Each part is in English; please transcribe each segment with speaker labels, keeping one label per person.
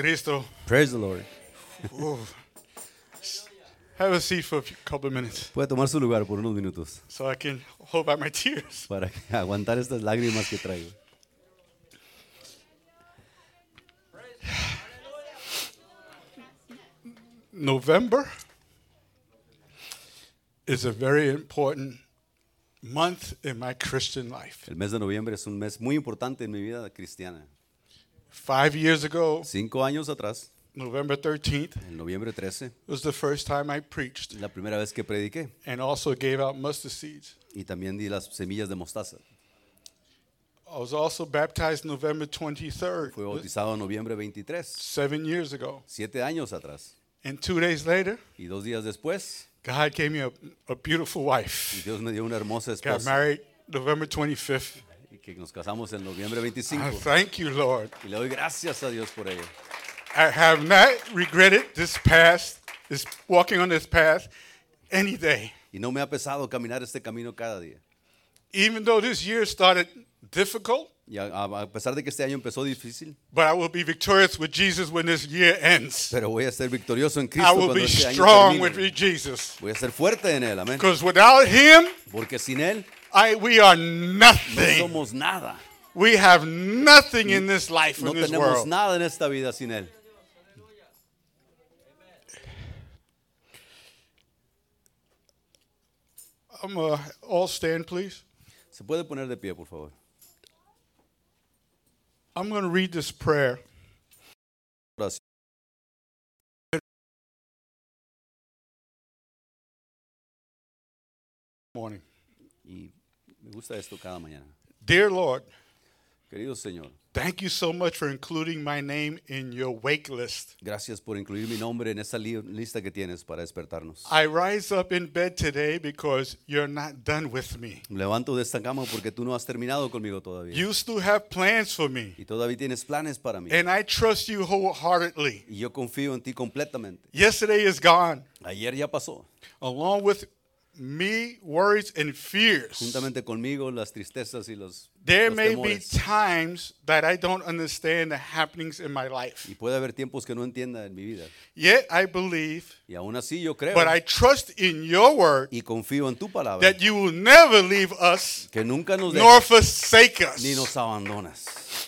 Speaker 1: Cristo.
Speaker 2: Praise the Lord.
Speaker 1: Oof. Have a seat for a few, couple of minutes
Speaker 2: Puede tomar su lugar por unos minutos
Speaker 1: so I can hold back my tears.
Speaker 2: para que- aguantar estas lágrimas que traigo.
Speaker 1: November is a very important month in my Christian life.
Speaker 2: El mes de noviembre es un mes muy importante en mi vida cristiana.
Speaker 1: Five years ago,
Speaker 2: Cinco años atrás,
Speaker 1: November 13th,
Speaker 2: en noviembre 13,
Speaker 1: was the first time I preached
Speaker 2: la primera vez que prediqué
Speaker 1: and also gave out mustard seeds.
Speaker 2: y también di las semillas de mostaza.
Speaker 1: I was also baptized November 23rd,
Speaker 2: Fue bautizado en noviembre 23,
Speaker 1: seven years ago.
Speaker 2: siete años atrás.
Speaker 1: And two days later,
Speaker 2: Y dos días después,
Speaker 1: God gave me a, a beautiful wife.
Speaker 2: Dios me dio una hermosa
Speaker 1: Got
Speaker 2: esposa
Speaker 1: married November 25th.
Speaker 2: y que nos casamos en noviembre 25.
Speaker 1: I thank you, Lord.
Speaker 2: Y le doy gracias a Dios por ello.
Speaker 1: I have not regretted this path, this walking on this path any day.
Speaker 2: Y no me ha pesado caminar este camino cada día.
Speaker 1: Even though this year started difficult,
Speaker 2: Y a, a- a pesar de que este año empezó difícil,
Speaker 1: but I will be victorious with Jesus when this year ends.
Speaker 2: pero voy a ser victorioso en Cristo
Speaker 1: I will
Speaker 2: cuando
Speaker 1: be
Speaker 2: este
Speaker 1: strong
Speaker 2: año
Speaker 1: with
Speaker 2: termine.
Speaker 1: Jesus.
Speaker 2: Voy a ser fuerte en él, amén.
Speaker 1: Because without him,
Speaker 2: Porque sin él
Speaker 1: I, we are
Speaker 2: no
Speaker 1: nothing.
Speaker 2: somos nada.
Speaker 1: We have nothing in this life,
Speaker 2: No
Speaker 1: in this
Speaker 2: tenemos
Speaker 1: world.
Speaker 2: nada en esta vida sin él.
Speaker 1: I'm uh, all stand, please.
Speaker 2: Se puede poner de pie, por favor.
Speaker 1: I'm going to read this prayer.
Speaker 2: Oración.
Speaker 1: Morning.
Speaker 2: Y me gusta esto cada mañana.
Speaker 1: Dear Lord,
Speaker 2: Querido Señor,
Speaker 1: thank you so much for including my name in your wake list.
Speaker 2: gracias por incluir mi nombre en esta li- lista que tienes para despertarnos.
Speaker 1: I rise up in bed today because you're not done with me.
Speaker 2: Me levanto de esta cama porque tú no has terminado conmigo todavía.
Speaker 1: You still have plans for me,
Speaker 2: Y todavía tienes planes para mí.
Speaker 1: and I trust you wholeheartedly.
Speaker 2: Y yo confío en ti completamente.
Speaker 1: Yesterday is gone,
Speaker 2: Ayer ya pasó.
Speaker 1: along with me worries and fears.
Speaker 2: Juntamente conmigo las tristezas y los,
Speaker 1: There
Speaker 2: los
Speaker 1: may be
Speaker 2: temores.
Speaker 1: times that I don't understand the happenings in my life.
Speaker 2: Y puede haber tiempos que no entienda en mi vida.
Speaker 1: Yet I believe,
Speaker 2: Y aún así yo creo
Speaker 1: but I trust in your word
Speaker 2: y confío en tu palabra
Speaker 1: that you will never leave us
Speaker 2: que nunca nos
Speaker 1: nor
Speaker 2: dejas
Speaker 1: forsake us.
Speaker 2: ni nos abandonas.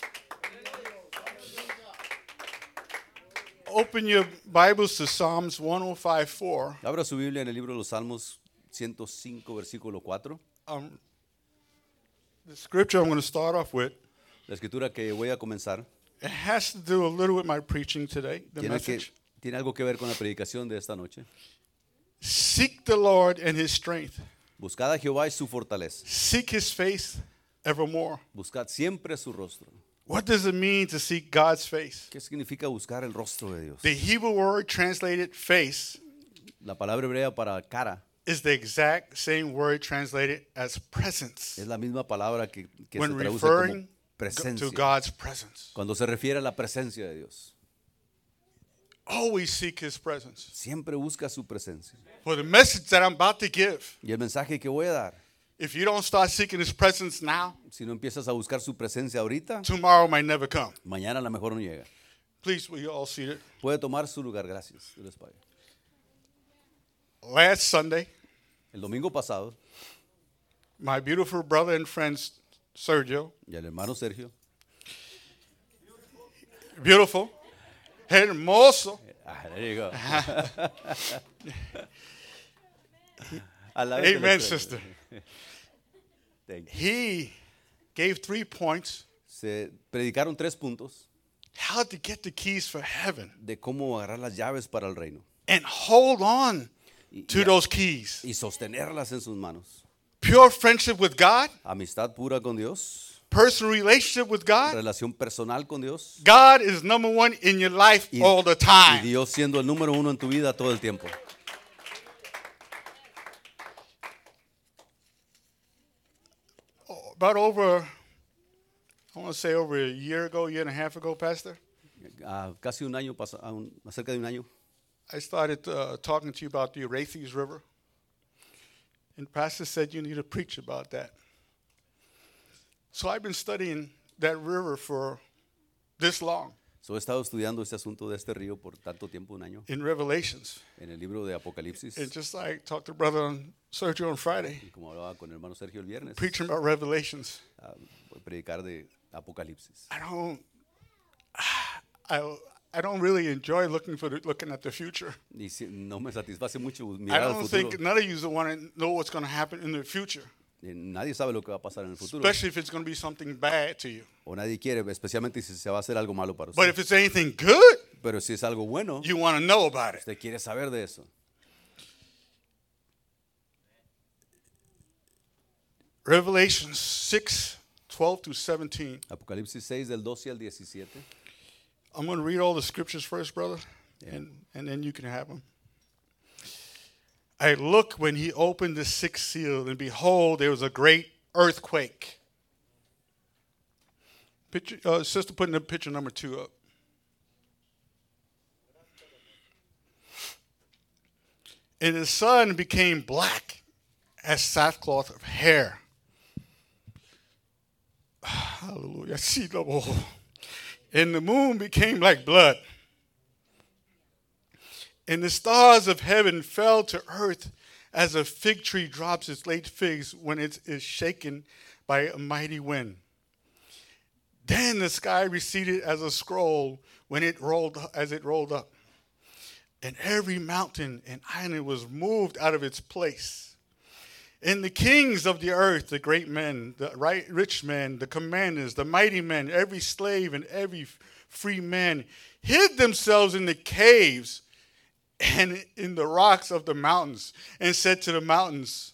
Speaker 1: Open your Bibles to Psalms 105:4.
Speaker 2: Abra su Biblia en el libro de los Salmos 105, versículo 4.
Speaker 1: Um, the scripture I'm going to start off with
Speaker 2: La escritura que voy a comenzar
Speaker 1: it has to do a little with my preaching today. The
Speaker 2: tiene, que-
Speaker 1: message:
Speaker 2: tiene algo que ver con la predicación de esta noche.
Speaker 1: Seek the Lord and His strength.
Speaker 2: Buscad a Jehová y su fortaleza.
Speaker 1: Seek His face evermore.
Speaker 2: Buscad siempre su rostro.
Speaker 1: What does it mean to seek God's face?
Speaker 2: ¿Qué significa buscar el rostro de Dios?
Speaker 1: The Hebrew word translated "face"
Speaker 2: La palabra hebrea para cara
Speaker 1: is the exact same word translated as "presence"
Speaker 2: es la misma palabra que, que se
Speaker 1: when
Speaker 2: traduce como
Speaker 1: referring to
Speaker 2: presencia.
Speaker 1: God's presence.
Speaker 2: Cuando se refiere a la presencia de Dios,
Speaker 1: Always seek His presence.
Speaker 2: siempre busca su presencia.
Speaker 1: For the message that I'm about to give,
Speaker 2: Y el mensaje que voy a dar,
Speaker 1: if you don't start seeking His presence now,
Speaker 2: si no empiezas a buscar su presencia ahorita,
Speaker 1: tomorrow might never come.
Speaker 2: mañana a lo mejor no llega.
Speaker 1: Please, will you all see it?
Speaker 2: Puede tomar su lugar, gracias. Dios les pague.
Speaker 1: Last Sunday,
Speaker 2: El domingo pasado,
Speaker 1: my beautiful brother and friend Sergio,
Speaker 2: y el hermano Sergio,
Speaker 1: beautiful, hermoso,
Speaker 2: ah, le digo. A la vez que le
Speaker 1: amen,
Speaker 2: creo.
Speaker 1: sister.
Speaker 2: Thank you.
Speaker 1: He gave three points
Speaker 2: Se predicaron tres puntos
Speaker 1: how to get the keys for heaven
Speaker 2: de cómo agarrar las llaves para el reino
Speaker 1: and hold on
Speaker 2: y,
Speaker 1: to those keys.
Speaker 2: y sostenerlas en sus manos.
Speaker 1: Pure friendship with God,
Speaker 2: Amistad pura con Dios,
Speaker 1: personal relationship with God.
Speaker 2: relación personal con Dios
Speaker 1: God is number one in your life
Speaker 2: y,
Speaker 1: all the
Speaker 2: y
Speaker 1: time.
Speaker 2: Dios siendo el número uno en tu vida todo el tiempo.
Speaker 1: About over, I want to say over a year ago, year and a half ago, Pastor,
Speaker 2: Ah, casi un año, pasa- ah, un- acerca de un año,
Speaker 1: I started uh, talking to you about the Euphrates River, and Pastor said you need to preach about that. So I've been studying that river for this long.
Speaker 2: So, he estado estudiando este asunto de este río por tanto tiempo, un año,
Speaker 1: in Revelations.
Speaker 2: en el libro de Apocalipsis,
Speaker 1: And just like I talked to Brother on Sergio on Friday,
Speaker 2: y como hablaba con el hermano Sergio el viernes,
Speaker 1: preaching about Revelations,
Speaker 2: a predicar de Apocalipsis.
Speaker 1: I don't, I, I don't really enjoy looking for the, looking at the future.
Speaker 2: Y si- no me satisface mucho
Speaker 1: I
Speaker 2: mirar al
Speaker 1: don't
Speaker 2: futuro.
Speaker 1: think none of you want to know what's going to happen in the future,
Speaker 2: Eh, Nadie sabe lo que va a pasar en el futuro.
Speaker 1: especially if it's going to be something bad to you.
Speaker 2: O nadie quiere, especialmente si se va a hacer algo malo para
Speaker 1: But
Speaker 2: usted.
Speaker 1: if it's anything good,
Speaker 2: Pero si es algo bueno,
Speaker 1: you want to know about it.
Speaker 2: usted quiere saber de eso.
Speaker 1: Revelations 6 12 to 17.
Speaker 2: Apocalipsis 6 del 12 al 17.
Speaker 1: I'm going to read all the scriptures first, brother, and, and then you can have them. I looked when he opened the sixth seal, and behold, there was a great earthquake. Picture, uh, sister, putting the picture number two up. And the sun became black as sackcloth of hair. Hallelujah. See double. And the moon became like blood. And the stars of heaven fell to earth as a fig tree drops its late figs when it is shaken by a mighty wind. Then the sky receded as a scroll when it rolled as it rolled up. And every mountain and island was moved out of its place. And the kings of the earth, the great men, the right, rich men, the commanders, the mighty men, every slave and every f- free man hid themselves in the caves and in the rocks of the mountains and said to the mountains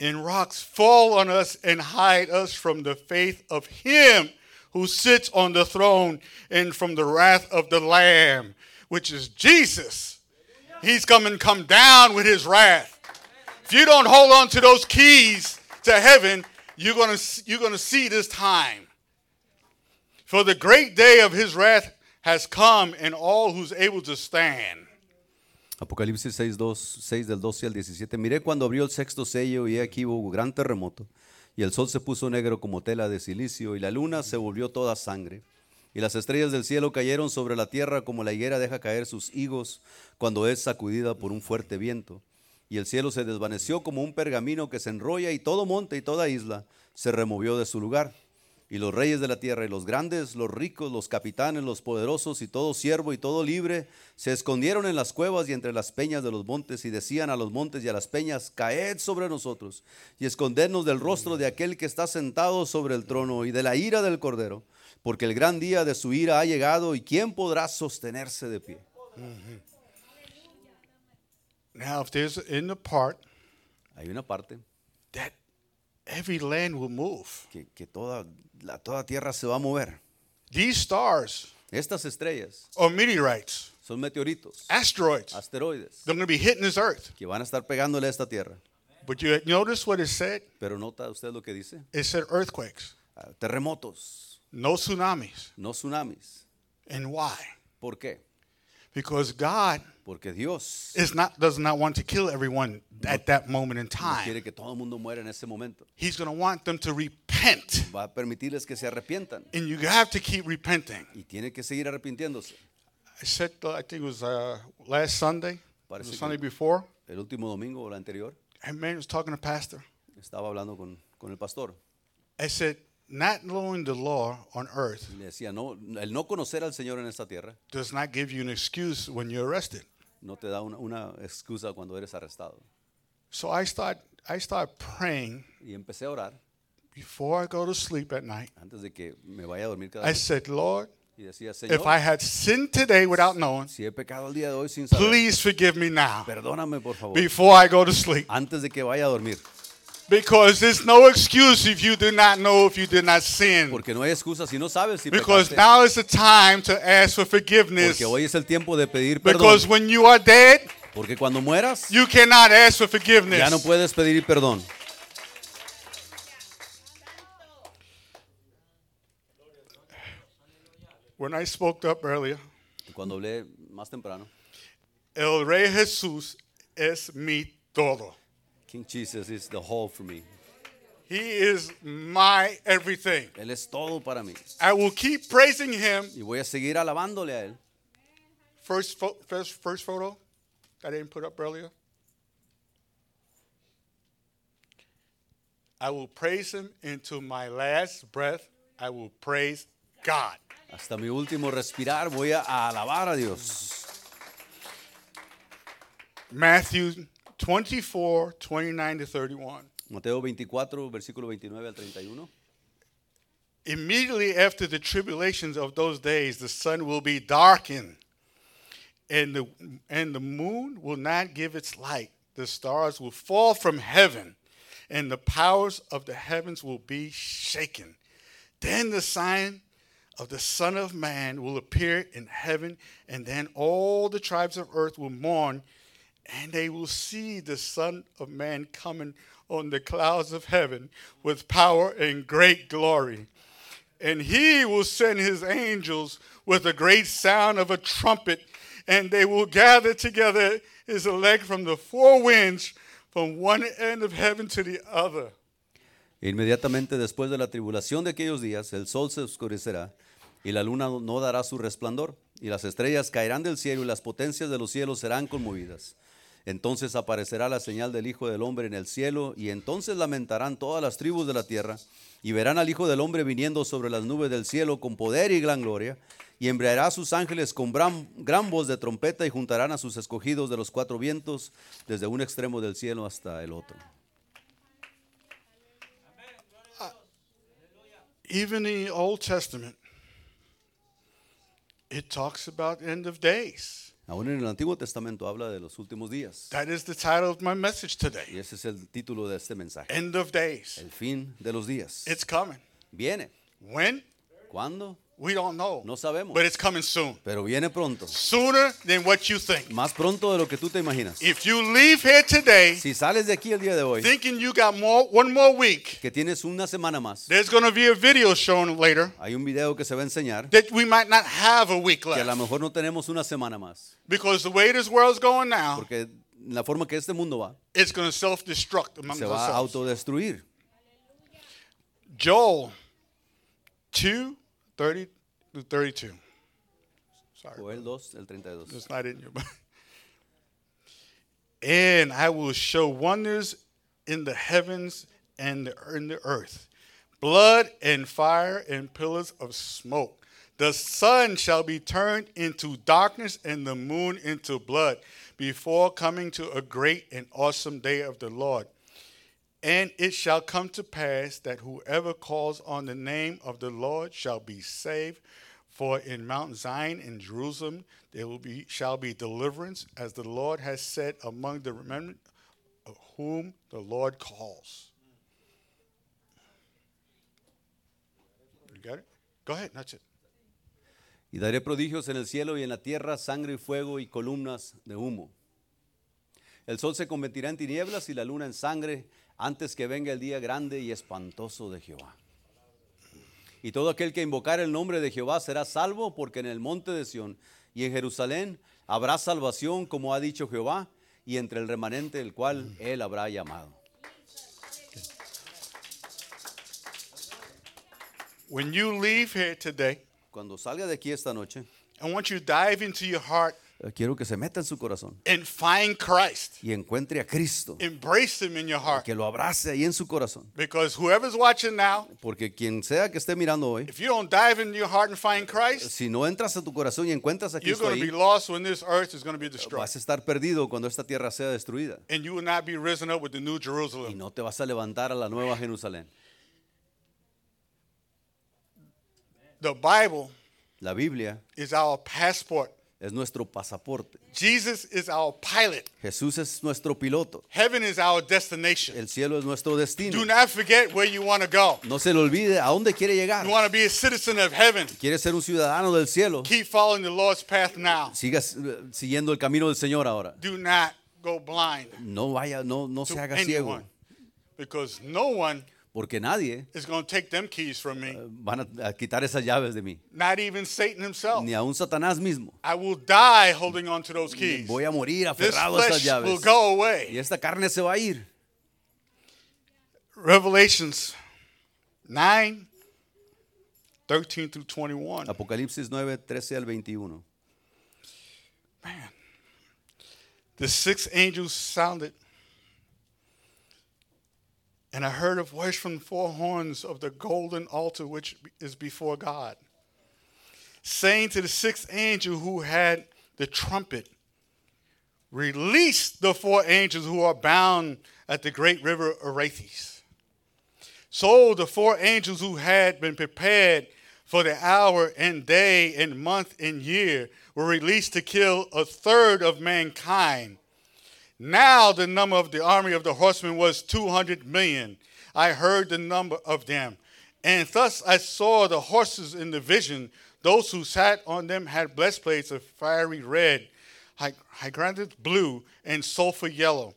Speaker 1: and rocks, Fall on us and hide us from the faith of him who sits on the throne and from the wrath of the Lamb, which is Jesus. He's come and come down with his wrath. If you don't hold on to those keys to heaven, you're gonna you're gonna see this time. For the great day of his wrath has come, and all who's able to stand.
Speaker 2: Apocalipsis 6, 2, 6 del 12 al 17. Miré cuando abrió el sexto sello y he aquí hubo gran terremoto y el sol se puso negro como tela de silicio y la luna se volvió toda sangre y las estrellas del cielo cayeron sobre la tierra como la higuera deja caer sus higos cuando es sacudida por un fuerte viento y el cielo se desvaneció como un pergamino que se enrolla y todo monte y toda isla se removió de su lugar. Y los reyes de la tierra, y los grandes, los ricos, los capitanes, los poderosos, y todo siervo y todo libre, se escondieron en las cuevas y entre las peñas de los montes, y decían a los montes y a las peñas, caed sobre nosotros, y escondernos del rostro de aquel que está sentado sobre el trono, y de la ira del cordero, porque el gran día de su ira ha llegado, y quién podrá sostenerse de pie.
Speaker 1: Now, if there's in the part
Speaker 2: Hay una parte
Speaker 1: that every land will move,
Speaker 2: que, que toda, la, toda tierra se va a mover.
Speaker 1: these stars
Speaker 2: Estas estrellas
Speaker 1: are meteorites,
Speaker 2: son meteoritos,
Speaker 1: asteroids.
Speaker 2: asteroides,
Speaker 1: They're gonna be hitting this earth.
Speaker 2: que van a estar pegándole a esta tierra.
Speaker 1: But you notice what it said?
Speaker 2: Pero nota usted lo que dice.
Speaker 1: It said earthquakes,
Speaker 2: Ah, Terremotos,
Speaker 1: no tsunamis.
Speaker 2: no tsunamis.
Speaker 1: And why?
Speaker 2: ¿Por qué?
Speaker 1: Because God
Speaker 2: Porque Dios
Speaker 1: is not does not want to kill everyone at that moment in
Speaker 2: no
Speaker 1: time.
Speaker 2: quiere que todo el mundo muera en ese momento.
Speaker 1: He's going to want them to repent,
Speaker 2: Va a permitirles que se arrepientan
Speaker 1: and you have to keep repenting.
Speaker 2: y tiene que seguir arrepintiéndose.
Speaker 1: I said, uh, I think it was uh, last Sunday, or the
Speaker 2: Parece que-
Speaker 1: Sunday before.
Speaker 2: El último domingo o el anterior
Speaker 1: I man was talking to pastor.
Speaker 2: estaba hablando con, con el pastor
Speaker 1: I said, not knowing the law on earth
Speaker 2: y le decía, no, el no conocer al Señor en esta tierra
Speaker 1: does not give you an excuse when you're arrested.
Speaker 2: no te da una, una excusa cuando eres arrestado.
Speaker 1: So I start, I start praying
Speaker 2: Y empecé a orar
Speaker 1: before I go to sleep at night.
Speaker 2: antes de que me vaya a dormir cada
Speaker 1: I
Speaker 2: vez
Speaker 1: said, Lord,
Speaker 2: y decía,
Speaker 1: if I
Speaker 2: Señor,
Speaker 1: had sinned today without knowing,
Speaker 2: si he pecado el día de hoy sin saber,
Speaker 1: please forgive me now
Speaker 2: perdóname por favor
Speaker 1: before I go to sleep.
Speaker 2: antes de que vaya a dormir.
Speaker 1: Because there's no excuse if you do not know if you did not sin.
Speaker 2: Porque no hay excusa si no sabes si
Speaker 1: Because
Speaker 2: pecaste.
Speaker 1: now is the time to ask for forgiveness.
Speaker 2: Porque hoy es el tiempo de pedir perdón.
Speaker 1: Because when you are dead,
Speaker 2: Porque cuando mueras,
Speaker 1: you cannot ask for
Speaker 2: ya no
Speaker 1: forgiveness.
Speaker 2: puedes pedir perdón.
Speaker 1: When I spoke up earlier,
Speaker 2: Y Cuando hablé más temprano,
Speaker 1: El Rey Jesús es mi todo.
Speaker 2: King Jesus is the whole for me.
Speaker 1: He is my everything.
Speaker 2: Él es todo para mí.
Speaker 1: I will keep praising him.
Speaker 2: Y voy a seguir alabándole a Él.
Speaker 1: First, fo- first, first photo I didn't put up earlier. I will praise him until my last breath. I will praise God.
Speaker 2: Hasta mi último respirar voy a, a alabar a Dios.
Speaker 1: Matthew 24, 29 to 31.
Speaker 2: Mateo 24, versículo 29 al 31.
Speaker 1: Immediately after the tribulations of those days, the sun will be darkened, and the, and the moon will not give its light. The stars will fall from heaven, and the powers of the heavens will be shaken. Then the sign of the Son of Man will appear in heaven, and then all the tribes of earth will mourn, and they will see the Son of Man coming on the clouds of heaven with power and great glory. And he will send his angels with a great sound of a trumpet, and they will gather together his elect from the four winds, from one end of heaven to the other.
Speaker 2: Inmediatamente después de la tribulación de aquellos días, el sol se oscurecerá y la luna no dará su resplandor, y las estrellas caerán del cielo y las potencias de los cielos serán conmovidas. Entonces aparecerá la señal del Hijo del Hombre en el cielo, y entonces lamentarán todas las tribus de la tierra, y verán al Hijo del Hombre viniendo sobre las nubes del cielo con poder y gran gloria, y embriagará a sus ángeles con gran, gran voz de trompeta, y juntarán a sus escogidos de los cuatro vientos, desde un extremo del cielo hasta el otro.
Speaker 1: Even in the Old Testament, it talks about end of days.
Speaker 2: Aún en el Antiguo Testamento habla de los últimos días.
Speaker 1: That is the title of my message
Speaker 2: Y
Speaker 1: today.
Speaker 2: ese es el título de este mensaje.
Speaker 1: End of days.
Speaker 2: El fin de los días.
Speaker 1: It's coming.
Speaker 2: Viene.
Speaker 1: When?
Speaker 2: ¿Cuándo?
Speaker 1: We don't know.
Speaker 2: No sabemos.
Speaker 1: But it's coming soon.
Speaker 2: Pero viene pronto.
Speaker 1: Sooner than what you think.
Speaker 2: Más pronto de lo que tú te imaginas.
Speaker 1: If you leave here today
Speaker 2: Si sales de aquí el día de hoy,
Speaker 1: thinking you got more one more week,
Speaker 2: que tienes una semana más,
Speaker 1: there's going to be a video shown later
Speaker 2: hay un video que se va a enseñar
Speaker 1: that we might not have a week
Speaker 2: que a lo
Speaker 1: left
Speaker 2: mejor no tenemos una semana más.
Speaker 1: because the way this world's going now,
Speaker 2: Porque la forma que este mundo va,
Speaker 1: it's going to self-destruct among
Speaker 2: se va a
Speaker 1: ourselves.
Speaker 2: autodestruir.
Speaker 1: Joel 2 30 to 32. Sorry,
Speaker 2: O el 2, el 32.
Speaker 1: it's not in you. but- and I will show wonders in the heavens and the, in the earth blood and fire and pillars of smoke. The sun shall be turned into darkness and the moon into blood before coming to a great and awesome day of the Lord. And it shall come to pass that whoever calls on the name of the Lord shall be saved. For in Mount Zion and Jerusalem there will be shall be deliverance, as the Lord has said among the remnant of whom the Lord calls. You got it? Go ahead, that's it.
Speaker 2: Y daré prodigios en el cielo y en la tierra, sangre y fuego y columnas de humo. El sol se convertirá en tinieblas y la luna en sangre antes que venga el día grande y espantoso de Jehová. Y todo aquel que invocar el nombre de Jehová será salvo, porque en el monte de Sión y en Jerusalén habrá salvación, como ha dicho Jehová, y entre el remanente el cual él habrá llamado.
Speaker 1: When you leave here today,
Speaker 2: Cuando salga de aquí esta noche,
Speaker 1: I want you to dive into your heart
Speaker 2: eh, quiero que se meta en su corazón
Speaker 1: and find Christ.
Speaker 2: y encuentre a Cristo,
Speaker 1: Embrace him in your heart.
Speaker 2: que lo abrace ahí en su corazón.
Speaker 1: Because whoever's watching now,
Speaker 2: Porque quien sea que esté mirando hoy,
Speaker 1: if you don't dive into your heart and find Christ,
Speaker 2: si no entras a tu corazón y encuentras a
Speaker 1: you're
Speaker 2: Cristo
Speaker 1: going to be
Speaker 2: ahí,
Speaker 1: lost when this earth is going to be destroyed.
Speaker 2: vas a estar perdido cuando esta tierra sea destruida
Speaker 1: And you will not be risen up with the new
Speaker 2: y
Speaker 1: Jerusalem.
Speaker 2: no te vas a levantar a la nueva Jerusalén.
Speaker 1: The Bible
Speaker 2: La Biblia
Speaker 1: is our passport,
Speaker 2: es nuestro pasaporte.
Speaker 1: Jesus is our pilot,
Speaker 2: Jesús es nuestro piloto.
Speaker 1: heaven is our destination.
Speaker 2: El cielo es nuestro destino.
Speaker 1: Do not forget where you want to go.
Speaker 2: No se le olvide a dónde quiere llegar.
Speaker 1: You want to be a citizen of heaven.
Speaker 2: Quiere ser un ciudadano del cielo.
Speaker 1: Keep following the Lord's path now.
Speaker 2: Siga eh, siguiendo el camino del Señor ahora.
Speaker 1: Do not go blind
Speaker 2: No vaya, no, no se
Speaker 1: to
Speaker 2: haga ciego.
Speaker 1: anyone because no one
Speaker 2: Porque nadie
Speaker 1: is going to take them keys from me,
Speaker 2: eh, van a- a quitar esas llaves de mí.
Speaker 1: not even Satan himself.
Speaker 2: Ni a un Satanás mismo.
Speaker 1: I will die holding on to those keys.
Speaker 2: Voy a morir
Speaker 1: This
Speaker 2: aferrado a esas
Speaker 1: flesh will
Speaker 2: llaves.
Speaker 1: go
Speaker 2: Y
Speaker 1: away.
Speaker 2: esta carne se va a ir.
Speaker 1: Revelations 9, 13 through 21.
Speaker 2: Apocalipsis 9, 13 al 21.
Speaker 1: The sixth angel sounded, and I heard a voice from the four horns of the golden altar which is before God, saying to the sixth angel who had the trumpet, Release the four angels who are bound at the great river Arathis. So the four angels who had been prepared for the hour and day and month and year were released to kill a third of mankind. Now the number of the army of the horsemen was 200 million. I heard the number of them. And thus I saw the horses in the vision. Those who sat on them had breastplates of fiery red, hy- hygranthus blue, and sulfur yellow.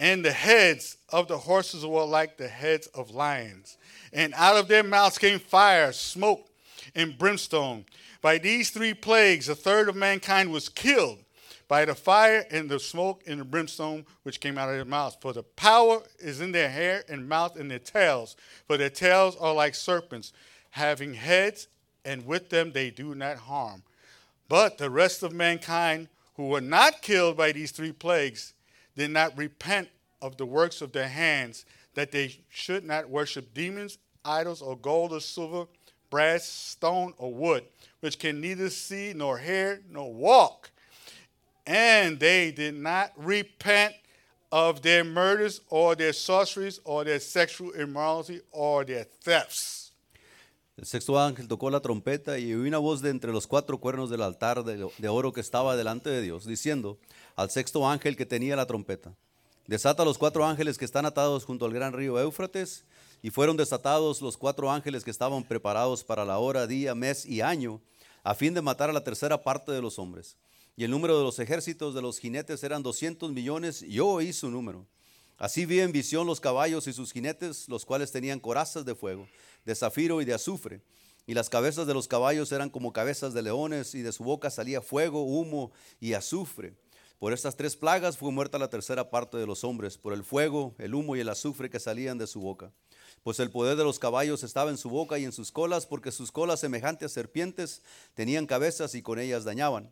Speaker 1: And the heads of the horses were like the heads of lions. And out of their mouths came fire, smoke, and brimstone. By these three plagues, a third of mankind was killed by the fire and the smoke and the brimstone which came out of their mouths. For the power is in their hair and mouth and their tails, for their tails are like serpents, having heads, and with them they do not harm. But the rest of mankind who were not killed by these three plagues did not repent of the works of their hands, that they should not worship demons, idols, or gold or silver, brass, stone, or wood, which can neither see nor hear nor walk. And they did not repent of their murders or their sorceries or their sexual immorality or their thefts.
Speaker 2: El sexto ángel tocó la trompeta y oí una voz de entre los cuatro cuernos del altar de, de oro que estaba delante de Dios, diciendo al sexto ángel que tenía la trompeta, desata a los cuatro ángeles que están atados junto al gran río Éufrates, y fueron desatados los cuatro ángeles que estaban preparados para la hora, día, mes y año, a fin de matar a la tercera parte de los hombres. Y el número de los ejércitos de los jinetes eran 200 millones, y yo oí su número. Así vi en visión los caballos y sus jinetes, los cuales tenían corazas de fuego, de zafiro y de azufre. Y las cabezas de los caballos eran como cabezas de leones, y de su boca salía fuego, humo y azufre. Por estas tres plagas fue muerta la tercera parte de los hombres, por el fuego, el humo y el azufre que salían de su boca. Pues el poder de los caballos estaba en su boca y en sus colas, porque sus colas semejantes a serpientes tenían cabezas y con ellas dañaban.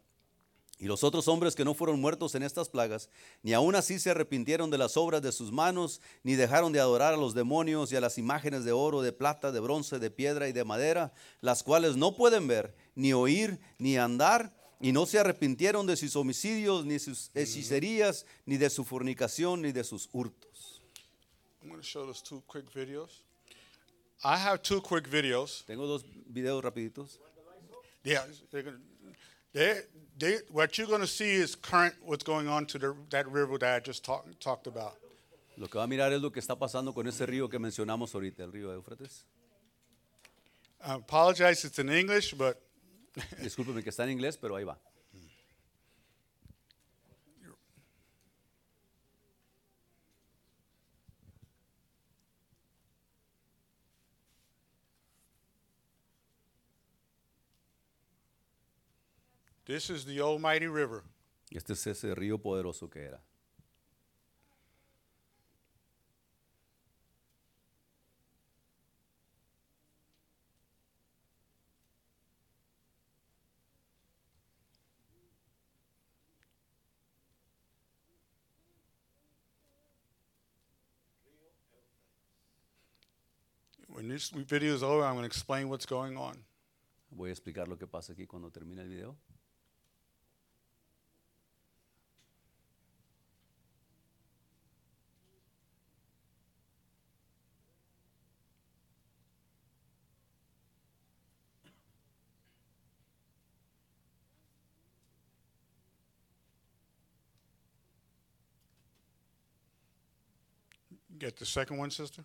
Speaker 2: Y los otros hombres que no fueron muertos en estas plagas, ni aun así se arrepintieron de las obras de sus manos, ni dejaron de adorar a los demonios y a las imágenes de oro, de plata, de bronce, de piedra y de madera, las cuales no pueden ver, ni oír, ni andar, y no se arrepintieron de sus homicidios, ni sus hechicerías, ni de su fornicación, ni de sus hurtos.
Speaker 1: I'm going to show those two quick videos. I have two quick videos.
Speaker 2: Tengo dos videos rapiditos.
Speaker 1: Yeah, they're gonna, they they what you're going to see is current what's going on to the, that river that I just talked talked about.
Speaker 2: Lo que va a mirar es lo que está pasando con ese río que mencionamos ahorita, el río Éufrates.
Speaker 1: I apologize, it's in English, but
Speaker 2: Discúlpeme que está en inglés, pero ahí va.
Speaker 1: this is the almighty river.
Speaker 2: Y Este es ese río poderoso que era.
Speaker 1: When this video is over, I'm going to explain what's going on.
Speaker 2: Voy a explicar lo que pasa aquí cuando termine el video.
Speaker 1: Get the second one, sister.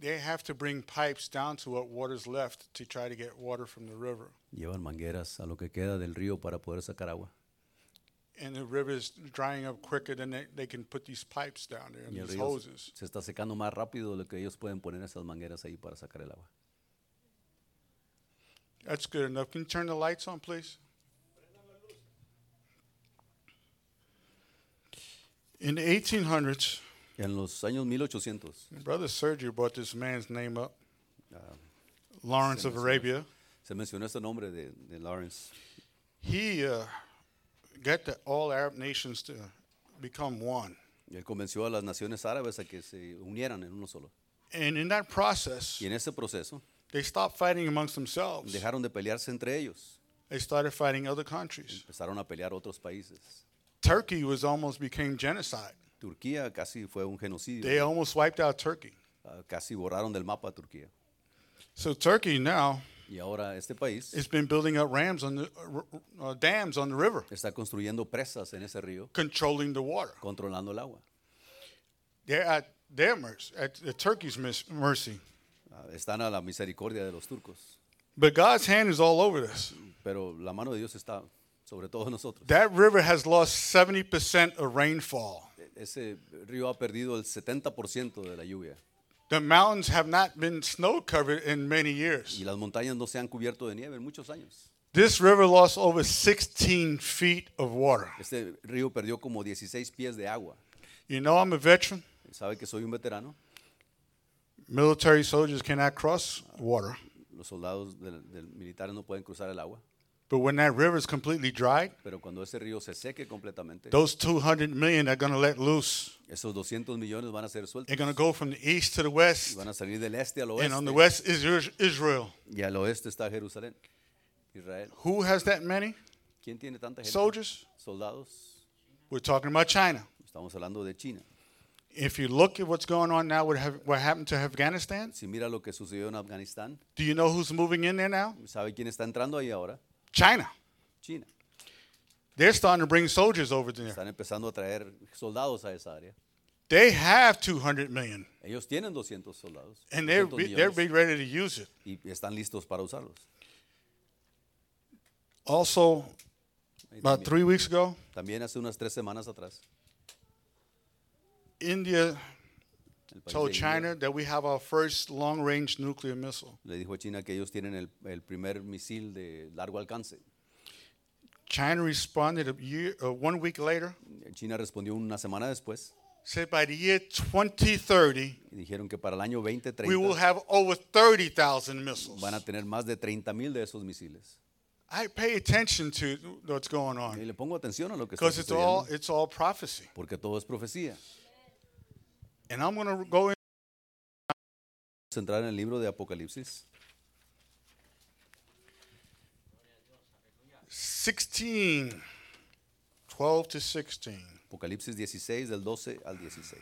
Speaker 1: they have to bring pipes down to what water's left to try to get water from the river.
Speaker 2: Llevan mangueras a lo que queda del río para poder sacar agua.
Speaker 1: And the river is drying up quicker than they, they can put these pipes down there and
Speaker 2: Y el
Speaker 1: these
Speaker 2: río se-
Speaker 1: hoses.
Speaker 2: se está secando más rápido de lo que ellos pueden poner esas mangueras ahí para sacar el agua.
Speaker 1: That's good enough. Can you turn the lights on, please? In the 1800s,
Speaker 2: En los años 1800
Speaker 1: Brother Sergio brought this man's name up,
Speaker 2: ah,
Speaker 1: Lawrence of
Speaker 2: Same as
Speaker 1: Arabia.
Speaker 2: se mencionó este nombre de, de Lawrence.
Speaker 1: He uh, got the, all Arab nations to become one.
Speaker 2: Y Él convenció a las naciones árabes a que se unieran en uno solo.
Speaker 1: And in that process,
Speaker 2: Y en ese proceso
Speaker 1: they stopped fighting amongst themselves.
Speaker 2: dejaron de pelearse entre ellos.
Speaker 1: They started fighting other countries.
Speaker 2: Empezaron a pelear otros países.
Speaker 1: Turkey was almost became genocide.
Speaker 2: Turquía casi fue un genocidio.
Speaker 1: They almost wiped out Turkey.
Speaker 2: Ah, Casi borraron del mapa a Turquía.
Speaker 1: So Turkey now
Speaker 2: Y ahora este país
Speaker 1: has been building up rams on the uh, uh, dams on the river,
Speaker 2: está construyendo presas en ese río,
Speaker 1: controlling the water.
Speaker 2: controlando el agua.
Speaker 1: They're at their mercy, at the Turkey's mis- mercy.
Speaker 2: Ah, Están a la misericordia de los turcos.
Speaker 1: But God's hand is all over this.
Speaker 2: Pero la mano de Dios está sobre todos nosotros.
Speaker 1: That river has lost 70% of rainfall.
Speaker 2: E- Ese río ha perdido el 70% de la lluvia
Speaker 1: The mountains have not been snow covered in many
Speaker 2: y
Speaker 1: years.
Speaker 2: las montañas no se han cubierto de nieve en muchos años.
Speaker 1: This river lost over 16 feet of water.
Speaker 2: Este río perdió como 16 pies de agua.
Speaker 1: You know, I'm a veteran.
Speaker 2: Sabe que soy un veterano.
Speaker 1: Military soldiers cannot cross water.
Speaker 2: Los soldados del, del militares no pueden cruzar el agua.
Speaker 1: But when that river is completely dried,
Speaker 2: Pero cuando ese río se seque completamente,
Speaker 1: those 200 million are going to let loose.
Speaker 2: esos 200 millones van a ser sueltos
Speaker 1: They're going to go from the east to the
Speaker 2: y
Speaker 1: west.
Speaker 2: van a salir del este al
Speaker 1: And on the
Speaker 2: oeste.
Speaker 1: west is Is- Israel.
Speaker 2: Y al oeste está Jerusalén, Israel.
Speaker 1: Who has that many
Speaker 2: ¿Quién tiene tanta gente?
Speaker 1: soldiers?
Speaker 2: Soldados.
Speaker 1: We're talking about China.
Speaker 2: Estamos hablando de China.
Speaker 1: If you look at what's going on now, what, have, what happened to Afghanistan,
Speaker 2: Si mira lo que sucedió en Afganistán,
Speaker 1: do you know who's moving in there now?
Speaker 2: ¿sabe quién está entrando ahí ahora?
Speaker 1: China.
Speaker 2: China.
Speaker 1: They're starting to bring soldiers over there.
Speaker 2: Están empezando a traer soldados a esa área.
Speaker 1: They have 200 million,
Speaker 2: Ellos tienen 200 soldados.
Speaker 1: and they're,
Speaker 2: 200
Speaker 1: re- they're be
Speaker 2: millones,
Speaker 1: ready to use it.
Speaker 2: y están listos para usarlos.
Speaker 1: Also,
Speaker 2: Ahí
Speaker 1: about
Speaker 2: también.
Speaker 1: three weeks ago,
Speaker 2: También hace unas tres semanas atrás,
Speaker 1: India
Speaker 2: el país
Speaker 1: told
Speaker 2: de India
Speaker 1: China that we have our first long range nuclear missile.
Speaker 2: le dijo a China que ellos tienen el, el primer misil de largo alcance.
Speaker 1: China responded a year, uh, one week later,
Speaker 2: China respondió una semana después
Speaker 1: said by the year 2030,
Speaker 2: y dijeron que para el año
Speaker 1: we will
Speaker 2: 2030
Speaker 1: have over 30,000 missiles.
Speaker 2: van a tener más de 30 mil de esos misiles.
Speaker 1: I pay attention to what's going
Speaker 2: Y
Speaker 1: on
Speaker 2: le pongo atención a lo que está
Speaker 1: because it's all,
Speaker 2: sucediendo,
Speaker 1: it's all prophecy.
Speaker 2: porque todo es profecía.
Speaker 1: And I'm going to go in.
Speaker 2: Vamos a entrar en el libro de Apocalipsis,
Speaker 1: 16, 12 to 16.
Speaker 2: Apocalipsis 16, del 12 al 16.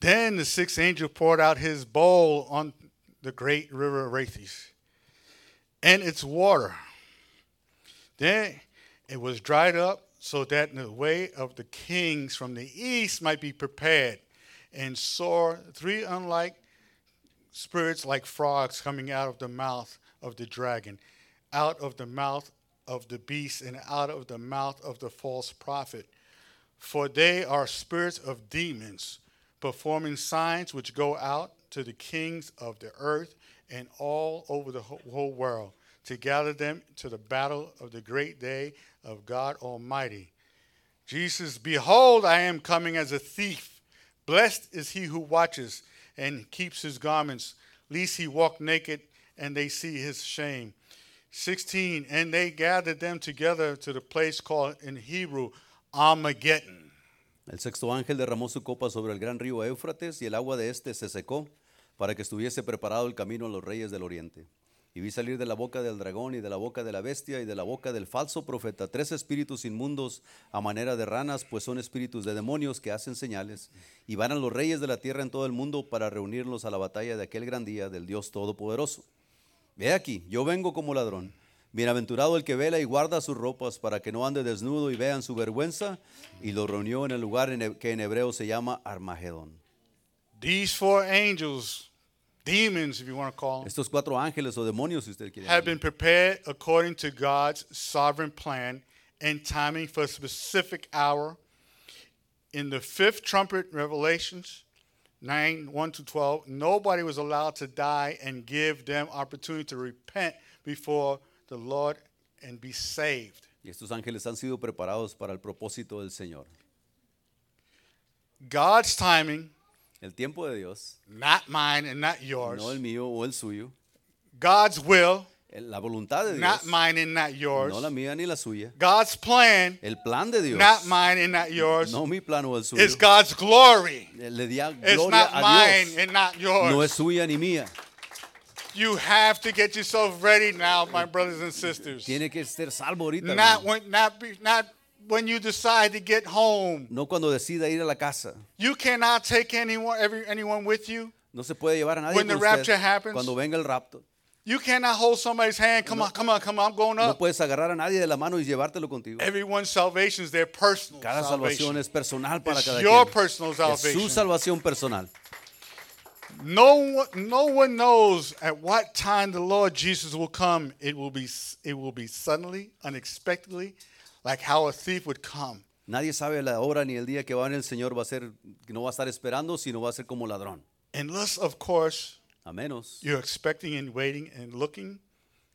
Speaker 1: Then the sixth angel poured out his bowl on the great river Euphrates and its water. Then it was dried up so that the way of the kings from the east might be prepared. And saw three unlike spirits like frogs coming out of the mouth of the dragon, out of the mouth of the beast, and out of the mouth of the false prophet. For they are spirits of demons, performing signs which go out to the kings of the earth and all over the wh- whole world to gather them to the battle of the great day of God Almighty. Jesus, behold, I am coming as a thief. Blessed is he who watches and keeps his garments, lest he walk naked and they see his shame. 16, and they gathered them together to the place called in Hebrew Armageddon.
Speaker 2: El sexto ángel derramó su copa sobre el gran río Éufrates y el agua de éste se secó para que estuviese preparado el camino a los reyes del oriente. Y vi salir de la boca del dragón y de la boca de la bestia y de la boca del falso profeta tres espíritus inmundos a manera de ranas, pues son espíritus de demonios que hacen señales y van a los reyes de la tierra en todo el mundo para reunirlos a la batalla de aquel gran día del Dios Todopoderoso. Ve aquí, yo vengo como ladrón. Bienaventurado el que vela y guarda sus ropas para que no ande desnudo y vean su vergüenza. Y lo reunió en el lugar en he- que en hebreo se llama Armagedón.
Speaker 1: These four angels, demons if you want to call them,
Speaker 2: Estos cuatro ángeles o demonios, si usted quiere.
Speaker 1: have been prepared according to God's sovereign plan and timing for a specific hour. In the fifth trumpet, Revelations 9 1 to 12, nobody was allowed to die and give them opportunity to repent before the Lord and be saved.
Speaker 2: Y estos ángeles han sido preparados para el propósito del Señor.
Speaker 1: God's timing,
Speaker 2: El tiempo de Dios,
Speaker 1: not mine and not yours.
Speaker 2: no el mío o el suyo.
Speaker 1: God's will,
Speaker 2: El- La voluntad de Dios,
Speaker 1: not mine and not yours.
Speaker 2: no la mía ni la suya.
Speaker 1: God's plan,
Speaker 2: El plan de Dios,
Speaker 1: not mine and not yours.
Speaker 2: no mi plan o el suyo. Eh,
Speaker 1: It's God's glory.
Speaker 2: Le di a
Speaker 1: It's
Speaker 2: gloria
Speaker 1: not
Speaker 2: a
Speaker 1: mine
Speaker 2: Dios.
Speaker 1: and not
Speaker 2: No es
Speaker 1: yours.
Speaker 2: suya ni mía.
Speaker 1: You have to get yourself ready now, my brothers and sisters.
Speaker 2: Tiene que ser salvo ahorita.
Speaker 1: Not
Speaker 2: hermano.
Speaker 1: when, not, be, not when you decide to get home.
Speaker 2: No cuando decida ir a la casa.
Speaker 1: You cannot take anyone, every, anyone with you.
Speaker 2: No se puede llevar a nadie
Speaker 1: When
Speaker 2: con
Speaker 1: the
Speaker 2: usted.
Speaker 1: rapture happens,
Speaker 2: cuando venga el rapto.
Speaker 1: You cannot hold somebody's hand. Come on, come on, come on. I'm going
Speaker 2: No
Speaker 1: up.
Speaker 2: puedes agarrar a nadie de la mano y llevártelo contigo.
Speaker 1: Everyone's salvation is their personal
Speaker 2: Cada salvación
Speaker 1: salvation.
Speaker 2: es personal para
Speaker 1: It's
Speaker 2: cada
Speaker 1: your
Speaker 2: quien.
Speaker 1: personal
Speaker 2: Es
Speaker 1: salvation.
Speaker 2: su salvación personal.
Speaker 1: No one, no one knows at what time the Lord Jesus will come. It will be it will be suddenly, unexpectedly, like how a thief would come.
Speaker 2: Nadie sabe la hora ni el día que va a venir el Señor va a ser, no va a estar esperando, sino va a ser como ladrón.
Speaker 1: Unless, of course,
Speaker 2: A menos,
Speaker 1: you're expecting and waiting and looking,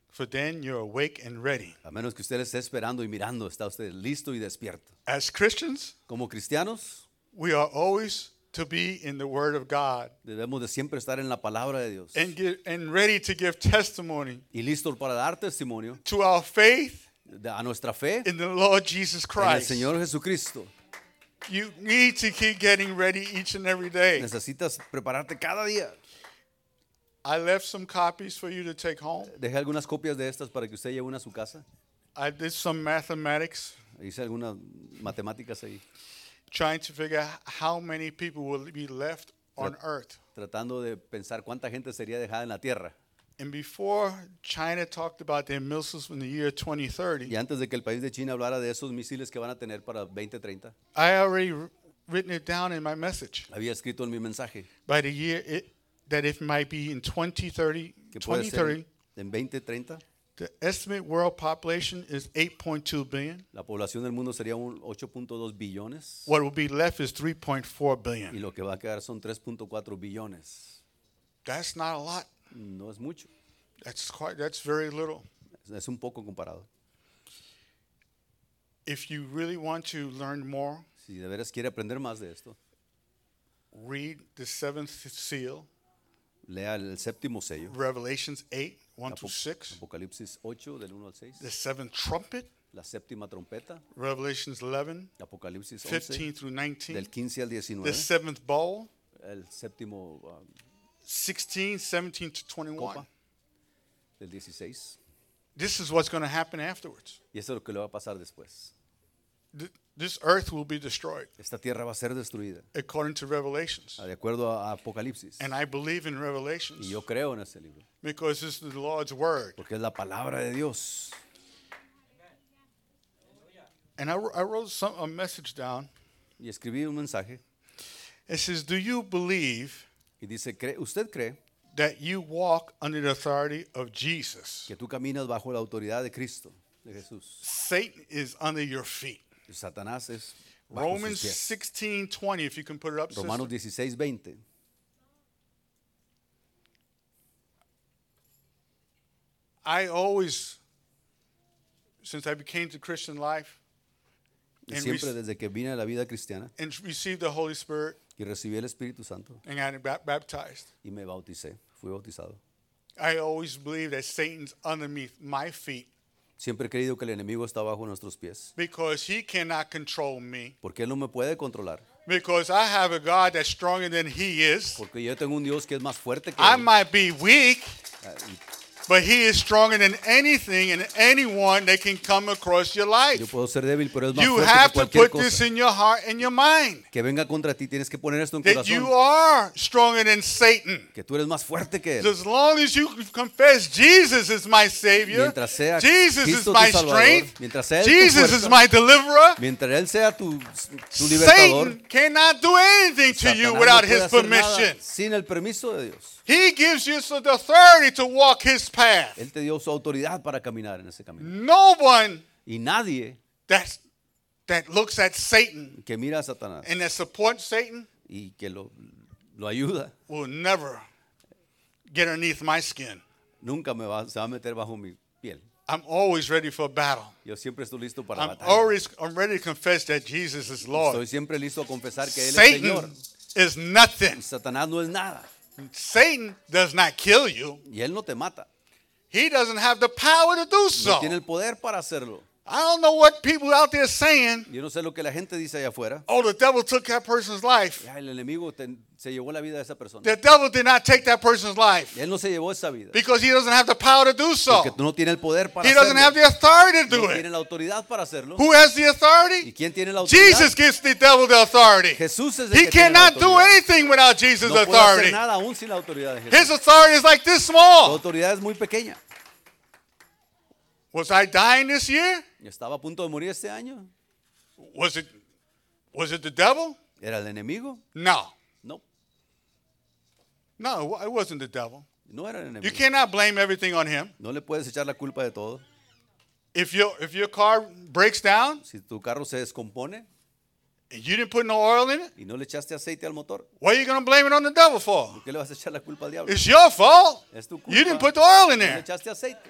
Speaker 1: for then you're awake and ready.
Speaker 2: a menos que usted esté esperando y mirando, está usted listo y despierto.
Speaker 1: As Christians,
Speaker 2: Como cristianos,
Speaker 1: we are always to be in the Word of God
Speaker 2: debemos de siempre estar en la palabra de Dios
Speaker 1: and give, and ready to give testimony
Speaker 2: y listos para dar testimonio
Speaker 1: to our faith
Speaker 2: de- a nuestra fe
Speaker 1: in the Lord Jesus
Speaker 2: en el
Speaker 1: Christ.
Speaker 2: Señor Jesucristo.
Speaker 1: You need to keep getting ready each and every day.
Speaker 2: Necesitas prepararte cada día.
Speaker 1: I left some copies for you to take home.
Speaker 2: Dejé algunas copias de estas para que usted lleve una a su casa.
Speaker 1: I did some mathematics
Speaker 2: Hice algunas matemáticas ahí,
Speaker 1: trying to figure out how many people will be left on earth.
Speaker 2: tratando de pensar cuánta gente sería dejada en la tierra.
Speaker 1: And before China talked about their missiles in the year 2030,
Speaker 2: Y antes de que el país de China hablara de esos misiles que van a tener para 2030,
Speaker 1: I already wr- written it down in my message.
Speaker 2: había escrito en mi mensaje
Speaker 1: By the year it, that it might be in 2030,
Speaker 2: que puede ser
Speaker 1: 2030,
Speaker 2: en 2030
Speaker 1: the estimate world population is 8.2 billion.
Speaker 2: la población del mundo sería un 8.2 billones
Speaker 1: What will be left is 3.4
Speaker 2: y
Speaker 1: billion.
Speaker 2: lo que va a quedar son 3.4 billones.
Speaker 1: That's not a lot.
Speaker 2: No es mucho,
Speaker 1: That's quite. That's very little.
Speaker 2: es- es un poco comparado.
Speaker 1: If you really want to learn more,
Speaker 2: Si de veras quiere aprender más de esto,
Speaker 1: read the seventh seal,
Speaker 2: lea el séptimo sello,
Speaker 1: Revelations 8, 1 to 6.
Speaker 2: Apocalipsis 8 del 1 al 6,
Speaker 1: The seventh trumpet,
Speaker 2: la séptima trompeta,
Speaker 1: Revelations 11,
Speaker 2: Apocalipsis 11
Speaker 1: 15 through 19.
Speaker 2: del eh? 15 al
Speaker 1: The
Speaker 2: 19,
Speaker 1: seventh bowl,
Speaker 2: el séptimo um,
Speaker 1: 16, 17 to 21.
Speaker 2: copa del 16.
Speaker 1: This is what's going to happen afterwards.
Speaker 2: Y eso es lo que le va a pasar después.
Speaker 1: Th- This earth will be destroyed,
Speaker 2: Esta tierra va a ser destruida, ah,
Speaker 1: according to Revelations.
Speaker 2: de acuerdo a a Apocalipsis.
Speaker 1: And I believe in
Speaker 2: Y
Speaker 1: Revelations
Speaker 2: yo creo en ese libro,
Speaker 1: because this is the Lord's word.
Speaker 2: porque es la palabra de Dios.
Speaker 1: And I, wr- I wrote some, a message down.
Speaker 2: Y escribí un mensaje
Speaker 1: It says, Do you believe
Speaker 2: y dice, "Cre- ¿usted cree
Speaker 1: that you walk under the authority of Jesus?
Speaker 2: que tú caminas bajo la autoridad de Cristo, de Jesús?
Speaker 1: Satan is under your feet.
Speaker 2: Satanás es bajo sus
Speaker 1: Romans
Speaker 2: pies.
Speaker 1: 16 20, if you can put it up. sister.
Speaker 2: Romanos 16, 20.
Speaker 1: I always, since I became to Christian life
Speaker 2: Y
Speaker 1: And
Speaker 2: siempre
Speaker 1: rec-
Speaker 2: desde que vine a la vida cristiana
Speaker 1: and received the Holy Spirit
Speaker 2: y recibí el Espíritu Santo
Speaker 1: and got bap- baptized,
Speaker 2: y me bauticé, fui bautizado.
Speaker 1: I always believe that Satan's underneath my feet
Speaker 2: Siempre he creído que el enemigo está bajo nuestros pies,
Speaker 1: because he cannot control me.
Speaker 2: porque él no me puede controlar,
Speaker 1: Because I have a God that's stronger than he is.
Speaker 2: porque yo tengo un Dios que es más fuerte que
Speaker 1: I
Speaker 2: él.
Speaker 1: might be weak,
Speaker 2: Ah,
Speaker 1: But he is stronger than anything and anyone that can come across your
Speaker 2: Yo
Speaker 1: life.
Speaker 2: puedo ser débil, pero es más
Speaker 1: You
Speaker 2: fuerte
Speaker 1: have
Speaker 2: que
Speaker 1: to
Speaker 2: cualquier
Speaker 1: put this
Speaker 2: cosa.
Speaker 1: in your heart and your mind
Speaker 2: Que venga contra ti, tienes que poner esto en
Speaker 1: that you
Speaker 2: corazón.
Speaker 1: are stronger than Satan.
Speaker 2: Que tú eres más fuerte que él.
Speaker 1: As long as you confess Jesus is my Savior,
Speaker 2: Mientras sea
Speaker 1: Jesus is
Speaker 2: Cristo tu
Speaker 1: my
Speaker 2: Salvador,
Speaker 1: strength,
Speaker 2: mientras sea Él tu
Speaker 1: Jesus
Speaker 2: fuerza,
Speaker 1: is my deliverer,
Speaker 2: Mientras él sea tu, tu libertador,
Speaker 1: Satan cannot do anything to
Speaker 2: Satanás
Speaker 1: you
Speaker 2: no
Speaker 1: without
Speaker 2: puede
Speaker 1: his
Speaker 2: hacer nada
Speaker 1: permission.
Speaker 2: sin el permiso de Dios.
Speaker 1: He gives you so- the authority to walk his path.
Speaker 2: Él te dio su autoridad para caminar en ese camino.
Speaker 1: No one
Speaker 2: Y nadie
Speaker 1: that's, that looks at Satan
Speaker 2: que mira a Satanás
Speaker 1: and that supports Satan
Speaker 2: y que lo, lo ayuda
Speaker 1: will never get underneath my skin.
Speaker 2: nunca me va, se va a meter bajo mi piel.
Speaker 1: I'm always ready for battle.
Speaker 2: Yo siempre estoy listo para la
Speaker 1: I'm
Speaker 2: batalla.
Speaker 1: always I'm ready to confess that Jesus is
Speaker 2: Estoy
Speaker 1: Lord.
Speaker 2: siempre listo a confesar que él es Señor.
Speaker 1: Satan is nothing.
Speaker 2: Satanás no es nada
Speaker 1: Satan does not kill you.
Speaker 2: y él no te mata.
Speaker 1: He doesn't have the power to do
Speaker 2: No tiene
Speaker 1: so.
Speaker 2: el poder para hacerlo.
Speaker 1: I don't know what people out there saying.
Speaker 2: Yo no sé lo que la gente dice allá afuera.
Speaker 1: Oh, the devil took that person's life.
Speaker 2: Ya, el enemigo te- se llevó la vida de esa persona.
Speaker 1: The devil did not take that person's life
Speaker 2: Él no se llevó esa vida.
Speaker 1: because he doesn't have the power to do so.
Speaker 2: Porque no tiene el poder para
Speaker 1: He doesn't have
Speaker 2: hacerlo.
Speaker 1: the authority to do
Speaker 2: No tiene
Speaker 1: it.
Speaker 2: la autoridad para hacerlo.
Speaker 1: Who has the
Speaker 2: ¿Y
Speaker 1: authority?
Speaker 2: quién tiene la autoridad?
Speaker 1: Jesus gives the devil the authority.
Speaker 2: Jesús es el
Speaker 1: He
Speaker 2: que tiene la
Speaker 1: cannot do
Speaker 2: autoridad.
Speaker 1: anything without Jesus'
Speaker 2: No puede hacer
Speaker 1: authority.
Speaker 2: nada aún sin la autoridad de Jesús.
Speaker 1: His authority is like this
Speaker 2: Su
Speaker 1: small.
Speaker 2: autoridad es muy pequeña.
Speaker 1: Was I dying this year?
Speaker 2: Yo estaba a punto de morir este año.
Speaker 1: Was it was it the devil?
Speaker 2: ¿Era el enemigo?
Speaker 1: No.
Speaker 2: No,
Speaker 1: No, it wasn't the devil.
Speaker 2: no era el
Speaker 1: You
Speaker 2: enemigo.
Speaker 1: cannot blame everything on him.
Speaker 2: No le puedes echar la culpa de todo.
Speaker 1: If your if your car breaks down
Speaker 2: Si tu carro se descompone
Speaker 1: and you didn't put no oil in it,
Speaker 2: y no le echaste aceite al motor,
Speaker 1: what are you going to blame it on the devil for?
Speaker 2: ¿por qué le vas a echar la culpa al diablo?
Speaker 1: It's your fault.
Speaker 2: Es tu culpa.
Speaker 1: You didn't put the oil in
Speaker 2: No
Speaker 1: there.
Speaker 2: le echaste aceite.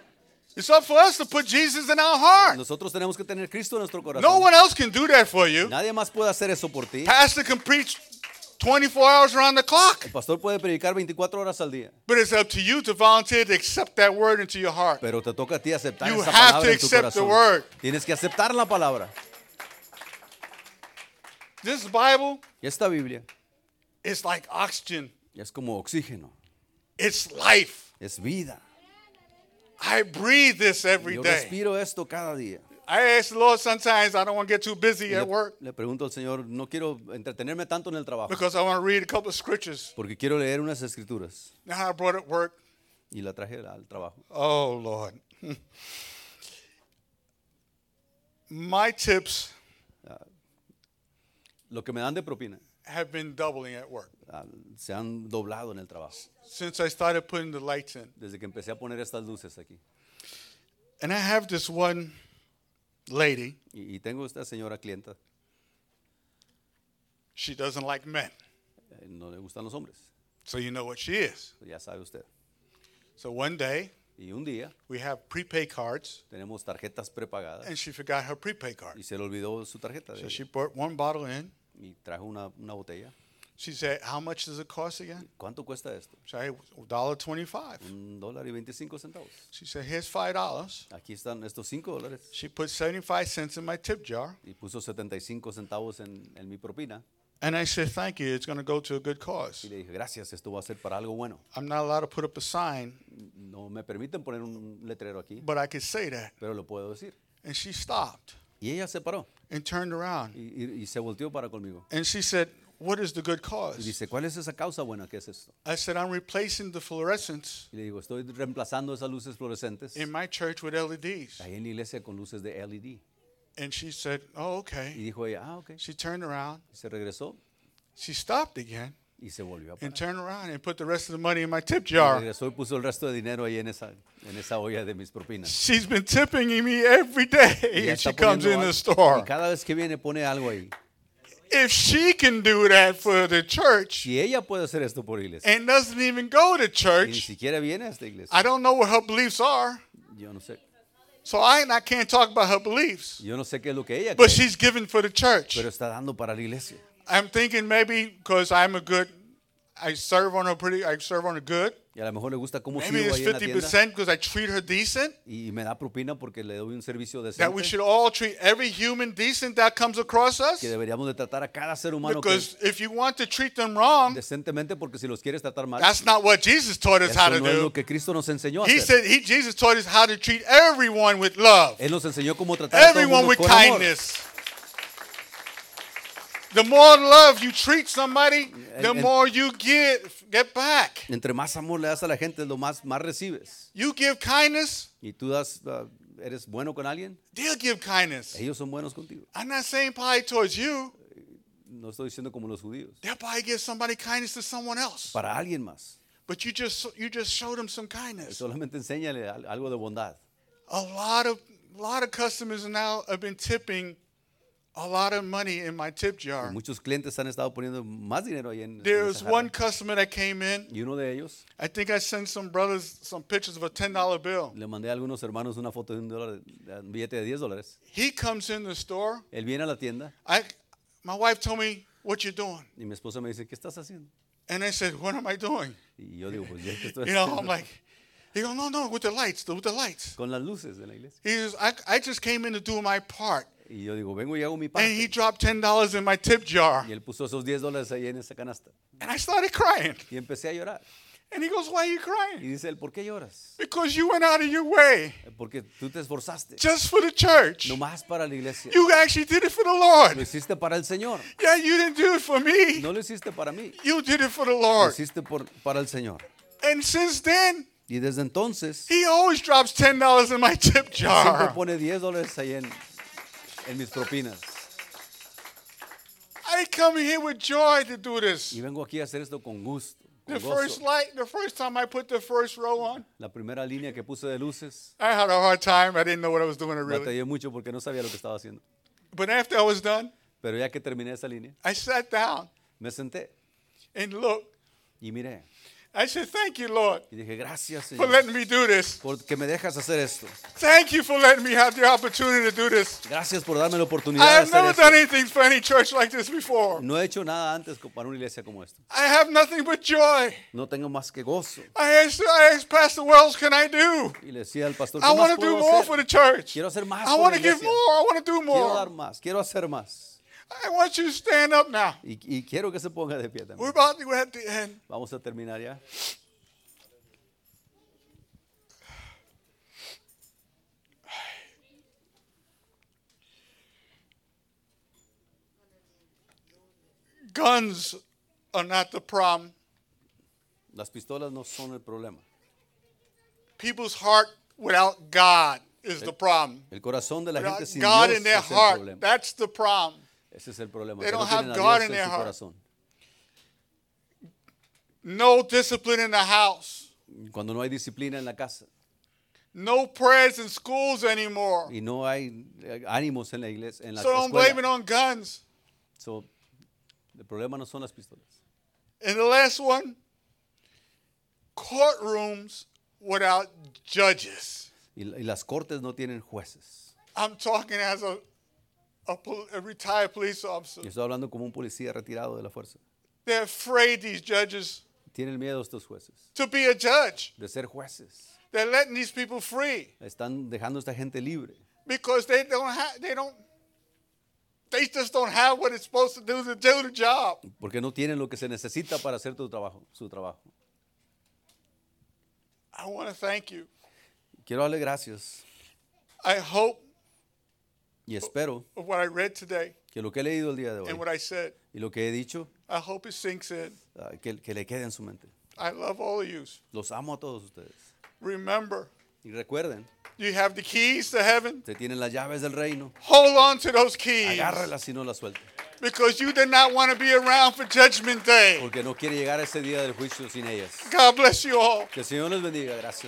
Speaker 1: It's up for us to put Jesus in our heart.
Speaker 2: Nosotros tenemos que tener Cristo en nuestro corazón.
Speaker 1: No one else can do that for you.
Speaker 2: Nadie más puede hacer eso por ti.
Speaker 1: Pastor can preach 24 hours around the clock,
Speaker 2: El pastor puede predicar 24 horas al día,
Speaker 1: but it's up to you to volunteer to accept that word into your heart.
Speaker 2: pero te toca a ti aceptar
Speaker 1: You
Speaker 2: esa
Speaker 1: have to
Speaker 2: palabra en tu
Speaker 1: accept the
Speaker 2: corazón.
Speaker 1: word.
Speaker 2: Tienes que aceptar la palabra.
Speaker 1: This Bible
Speaker 2: Y esta Biblia
Speaker 1: is like oxygen.
Speaker 2: es como oxígeno,
Speaker 1: It's life.
Speaker 2: es vida.
Speaker 1: I breathe this every
Speaker 2: Yo
Speaker 1: day.
Speaker 2: respiro esto cada día.
Speaker 1: I ask the Lord sometimes I don't want to get too busy
Speaker 2: Le,
Speaker 1: at work
Speaker 2: le pregunto al Señor, no quiero entretenerme tanto en el trabajo,
Speaker 1: because I want to read a couple of scriptures.
Speaker 2: porque quiero leer unas escrituras.
Speaker 1: Now I brought up work.
Speaker 2: Y la traje al trabajo.
Speaker 1: Oh Lord. My tips
Speaker 2: Lo que me dan de propina
Speaker 1: have been doubling at work
Speaker 2: ah, se han doblado en el trabajo,
Speaker 1: since I started putting the lights in.
Speaker 2: desde que empecé a poner estas luces aquí.
Speaker 1: And I have this one lady,
Speaker 2: Y, y tengo esta señora clienta,
Speaker 1: she doesn't like men.
Speaker 2: eh, no le gustan los hombres,
Speaker 1: So you know what she is.
Speaker 2: ya sabe usted.
Speaker 1: So one day
Speaker 2: Y un día
Speaker 1: we have prepaid cards
Speaker 2: tenemos tarjetas prepagadas
Speaker 1: and she forgot her prepaid card.
Speaker 2: y se le olvidó su tarjeta de
Speaker 1: Eh, So
Speaker 2: ella.
Speaker 1: she brought one bottle in.
Speaker 2: y trajo una, una botella.
Speaker 1: She said, How much does it cost again?
Speaker 2: ¿Cuánto cuesta esto?
Speaker 1: So I dollar twenty five.
Speaker 2: Un dólar y 25 centavos.
Speaker 1: She said, Here's five dollars.
Speaker 2: Aquí están estos 5 dólares.
Speaker 1: She put seventy five cents in my tip jar.
Speaker 2: Y puso 75 centavos en, en mi propina.
Speaker 1: And I said, Thank you, it's gonna go to a good cause.
Speaker 2: Y le dije, gracias, esto va a ser para algo bueno.
Speaker 1: I'm not allowed to put up a sign,
Speaker 2: No me permiten poner un letrero aquí,
Speaker 1: but I could say that.
Speaker 2: pero lo puedo decir.
Speaker 1: And she stopped
Speaker 2: Y ella se paró
Speaker 1: and turned around
Speaker 2: y, y- y se volteó para conmigo.
Speaker 1: and she said, What is the good
Speaker 2: Y
Speaker 1: cause?
Speaker 2: dice, ¿cuál es esa causa buena que es esto?
Speaker 1: I said, I'm replacing the fluorescents
Speaker 2: Y le digo, estoy reemplazando esas luces fluorescentes
Speaker 1: in my church with LEDs.
Speaker 2: ahí en la iglesia con luces de LED.
Speaker 1: And she said, Oh,
Speaker 2: Y
Speaker 1: okay.
Speaker 2: dijo ella, ah, ok.
Speaker 1: She turned around,
Speaker 2: Se regresó
Speaker 1: she stopped again
Speaker 2: y se volvió a parar.
Speaker 1: and turned around and put the rest of the money in my tip
Speaker 2: Y
Speaker 1: jar.
Speaker 2: regresó y puso el resto de dinero ahí en esa, en esa olla de mis propinas.
Speaker 1: She's been tipping me every day
Speaker 2: Y
Speaker 1: if she
Speaker 2: está
Speaker 1: comes in
Speaker 2: poniendo
Speaker 1: the
Speaker 2: algo.
Speaker 1: store.
Speaker 2: Y cada vez que viene pone algo ahí.
Speaker 1: If she can do that for the church
Speaker 2: Si ella puede hacer esto por iglesia,
Speaker 1: and doesn't even go to
Speaker 2: y ni
Speaker 1: church,
Speaker 2: siquiera viene a esta iglesia,
Speaker 1: I don't know what her beliefs are,
Speaker 2: yo no sé.
Speaker 1: so I, I can't talk about her beliefs.
Speaker 2: Yo no sé qué es lo que ella
Speaker 1: But
Speaker 2: cree,
Speaker 1: she's giving for the church.
Speaker 2: pero está dando para la iglesia.
Speaker 1: I'm thinking maybe because I'm a good, I serve on a pretty, I serve on a good.
Speaker 2: Y a lo mejor le gusta cómo
Speaker 1: Maybe
Speaker 2: sirvo
Speaker 1: it's
Speaker 2: ahí en la
Speaker 1: fifty
Speaker 2: tienda.
Speaker 1: percent because I treat her decent.
Speaker 2: Y me da propina porque le doy un servicio
Speaker 1: That we
Speaker 2: decente.
Speaker 1: should all treat every human decent that comes across us.
Speaker 2: Que deberíamos de tratar a cada ser humano que-
Speaker 1: Because if you want to treat them wrong,
Speaker 2: decentemente porque si los quieres tratar mal,
Speaker 1: that's not what Jesus taught us how
Speaker 2: eso
Speaker 1: to
Speaker 2: no es
Speaker 1: do.
Speaker 2: lo que Cristo nos enseñó a
Speaker 1: He
Speaker 2: hacer.
Speaker 1: said he Jesus taught us how to treat everyone with love.
Speaker 2: Él nos enseñó cómo tratar a todo el
Speaker 1: Everyone
Speaker 2: mundo
Speaker 1: with
Speaker 2: con amor.
Speaker 1: kindness. The more love you treat somebody, the
Speaker 2: and-
Speaker 1: more you get get back.
Speaker 2: Entre más amor le das a la gente, lo más, más recibes.
Speaker 1: You give kindness,
Speaker 2: Y tú das, ah, eres bueno con alguien,
Speaker 1: they'll give kindness.
Speaker 2: ellos son buenos contigo.
Speaker 1: I'm not saying probably towards you.
Speaker 2: No estoy diciendo como los judíos.
Speaker 1: They'll probably give somebody kindness to someone else.
Speaker 2: Para alguien más.
Speaker 1: But you just you just showed them some kindness.
Speaker 2: Solamente enséñale al- algo de bondad.
Speaker 1: A lot of lot of customers now have been tipping a lot of money in my tip jar.
Speaker 2: Muchos clientes han estado poniendo más dinero ahí en, en
Speaker 1: There
Speaker 2: esa
Speaker 1: was
Speaker 2: jarra.
Speaker 1: one customer that came in.
Speaker 2: Y uno de ellos,
Speaker 1: I think I sent some brothers some pictures of a ten dollar bill.
Speaker 2: le mandé a algunos hermanos una foto de un, dólar, de un billete de 10 dólares.
Speaker 1: He comes in the store.
Speaker 2: Él viene a la tienda
Speaker 1: I, my wife told me what you're doing,
Speaker 2: y mi esposa me dice, ¿qué estás haciendo?
Speaker 1: and I said, "What am I doing?"
Speaker 2: Y yo digo, pues yo que estoy
Speaker 1: You know,
Speaker 2: haciendo
Speaker 1: I'm like, he goes, "No, no, with the lights, with the lights."
Speaker 2: con las luces de la iglesia.
Speaker 1: He says, "I, I just came in to do my part,"
Speaker 2: Y yo digo, vengo y hago mi
Speaker 1: and he
Speaker 2: parte.
Speaker 1: dropped ten dollars in my tip jar,
Speaker 2: Y él puso esos 10 dólares ahí en esa canasta.
Speaker 1: and I started crying.
Speaker 2: Y empecé a llorar.
Speaker 1: And he goes, "Why are you
Speaker 2: Y
Speaker 1: crying?"
Speaker 2: dice él, ¿por qué lloras?
Speaker 1: Because you went out of your way
Speaker 2: Porque tú te esforzaste.
Speaker 1: just for the church.
Speaker 2: Nomás para la iglesia.
Speaker 1: You actually did it for the
Speaker 2: Lo
Speaker 1: Lord.
Speaker 2: hiciste para el Señor.
Speaker 1: Yeah, you didn't do it for me.
Speaker 2: No lo hiciste para mí.
Speaker 1: You did it for the
Speaker 2: Lo
Speaker 1: Lord.
Speaker 2: hiciste por, para el Señor.
Speaker 1: And since then,
Speaker 2: Y desde entonces,
Speaker 1: he always drops ten dollars in my tip
Speaker 2: siempre
Speaker 1: jar.
Speaker 2: pone 10 dólares ahí en, en mis propinas.
Speaker 1: I come here with joy to do this.
Speaker 2: Y vengo aquí a hacer esto con gusto. con
Speaker 1: The
Speaker 2: gozo.
Speaker 1: first light, the first time I put the first row on,
Speaker 2: La primera línea que puse de luces,
Speaker 1: I had a hard time. I didn't know what I was doing really.
Speaker 2: batallé mucho porque no sabía lo que estaba haciendo.
Speaker 1: But after I was done,
Speaker 2: Pero ya que terminé esa línea,
Speaker 1: I sat down
Speaker 2: me senté
Speaker 1: and looked.
Speaker 2: y miré.
Speaker 1: I said, "Thank you, Lord,
Speaker 2: Y dije, gracias,
Speaker 1: for
Speaker 2: Señor,
Speaker 1: letting me do this.
Speaker 2: porque me dejas hacer esto.
Speaker 1: Thank you for letting me have the opportunity to do this."
Speaker 2: Gracias por darme la oportunidad
Speaker 1: I
Speaker 2: de
Speaker 1: have
Speaker 2: hacer
Speaker 1: never
Speaker 2: esto.
Speaker 1: done anything for any church like this before.
Speaker 2: No he hecho nada antes co- para una iglesia como esta.
Speaker 1: I have nothing but joy.
Speaker 2: No tengo más que gozo.
Speaker 1: I asked, I asked Pastor, what else can I do?
Speaker 2: Y le decía al pastor,
Speaker 1: I
Speaker 2: ¿qué más
Speaker 1: want to do
Speaker 2: puedo
Speaker 1: more
Speaker 2: hacer?
Speaker 1: for the church.
Speaker 2: Quiero hacer más
Speaker 1: I
Speaker 2: por
Speaker 1: want
Speaker 2: la
Speaker 1: to give
Speaker 2: iglesia.
Speaker 1: more. I want to do
Speaker 2: Quiero dar
Speaker 1: more.
Speaker 2: más, quiero hacer más.
Speaker 1: I want you to stand up now.
Speaker 2: Y, y quiero que se ponga de pie
Speaker 1: We're
Speaker 2: también.
Speaker 1: about to at the end.
Speaker 2: Vamos a terminar ya.
Speaker 1: Guns are not the problem.
Speaker 2: Las pistolas no son el problema.
Speaker 1: People's heart without God is the problem.
Speaker 2: El corazón de Eh, la gente
Speaker 1: Without
Speaker 2: sin
Speaker 1: God
Speaker 2: Dios
Speaker 1: in their
Speaker 2: es el
Speaker 1: heart,
Speaker 2: problema.
Speaker 1: that's the problem.
Speaker 2: Ese es el problema.
Speaker 1: They
Speaker 2: que no
Speaker 1: don't have
Speaker 2: tienen
Speaker 1: God
Speaker 2: a Dios
Speaker 1: in
Speaker 2: en
Speaker 1: their
Speaker 2: su
Speaker 1: heart.
Speaker 2: corazón.
Speaker 1: No discipline in the house.
Speaker 2: Cuando no hay disciplina en la casa
Speaker 1: No prayers in schools anymore.
Speaker 2: y no hay eh, ánimos en la iglesia, en la
Speaker 1: So don't
Speaker 2: escuela.
Speaker 1: blame it on guns.
Speaker 2: So, el problema no son las pistolas.
Speaker 1: And the last one courtrooms without judges.
Speaker 2: Y, y las cortes no tienen jueces.
Speaker 1: I'm talking as a, a, pol- a retired police officer.
Speaker 2: Yo estoy hablando como un policía retirado de la fuerza.
Speaker 1: They're afraid, these judges,
Speaker 2: Tienen miedo estos jueces
Speaker 1: to be a judge.
Speaker 2: de ser jueces.
Speaker 1: They're letting these people free
Speaker 2: Están dejando a esta gente libre
Speaker 1: because they don't have, they don't, they just don't have what it's supposed to do to do the job.
Speaker 2: porque no tienen lo que se necesita para hacer tu trabajo, su trabajo.
Speaker 1: I want to thank you.
Speaker 2: Quiero darle gracias
Speaker 1: I hope
Speaker 2: y espero
Speaker 1: of what I read today
Speaker 2: que lo que he leído el día de
Speaker 1: and
Speaker 2: hoy
Speaker 1: what I said,
Speaker 2: y lo que he dicho,
Speaker 1: I hope it sinks in.
Speaker 2: ah, que, que le quede en su mente.
Speaker 1: I love all of you.
Speaker 2: Los amo a todos ustedes.
Speaker 1: Remember,
Speaker 2: Y recuerden,
Speaker 1: you have the keys to heaven.
Speaker 2: te tienen las llaves del reino.
Speaker 1: Hold on to those keys
Speaker 2: Agárralas si no las suelten.
Speaker 1: because you did not want to be around for Judgment Day.
Speaker 2: Porque no quiere llegar a ese día del juicio sin ellas.
Speaker 1: God bless you all.
Speaker 2: Que el Señor les bendiga. Gracias.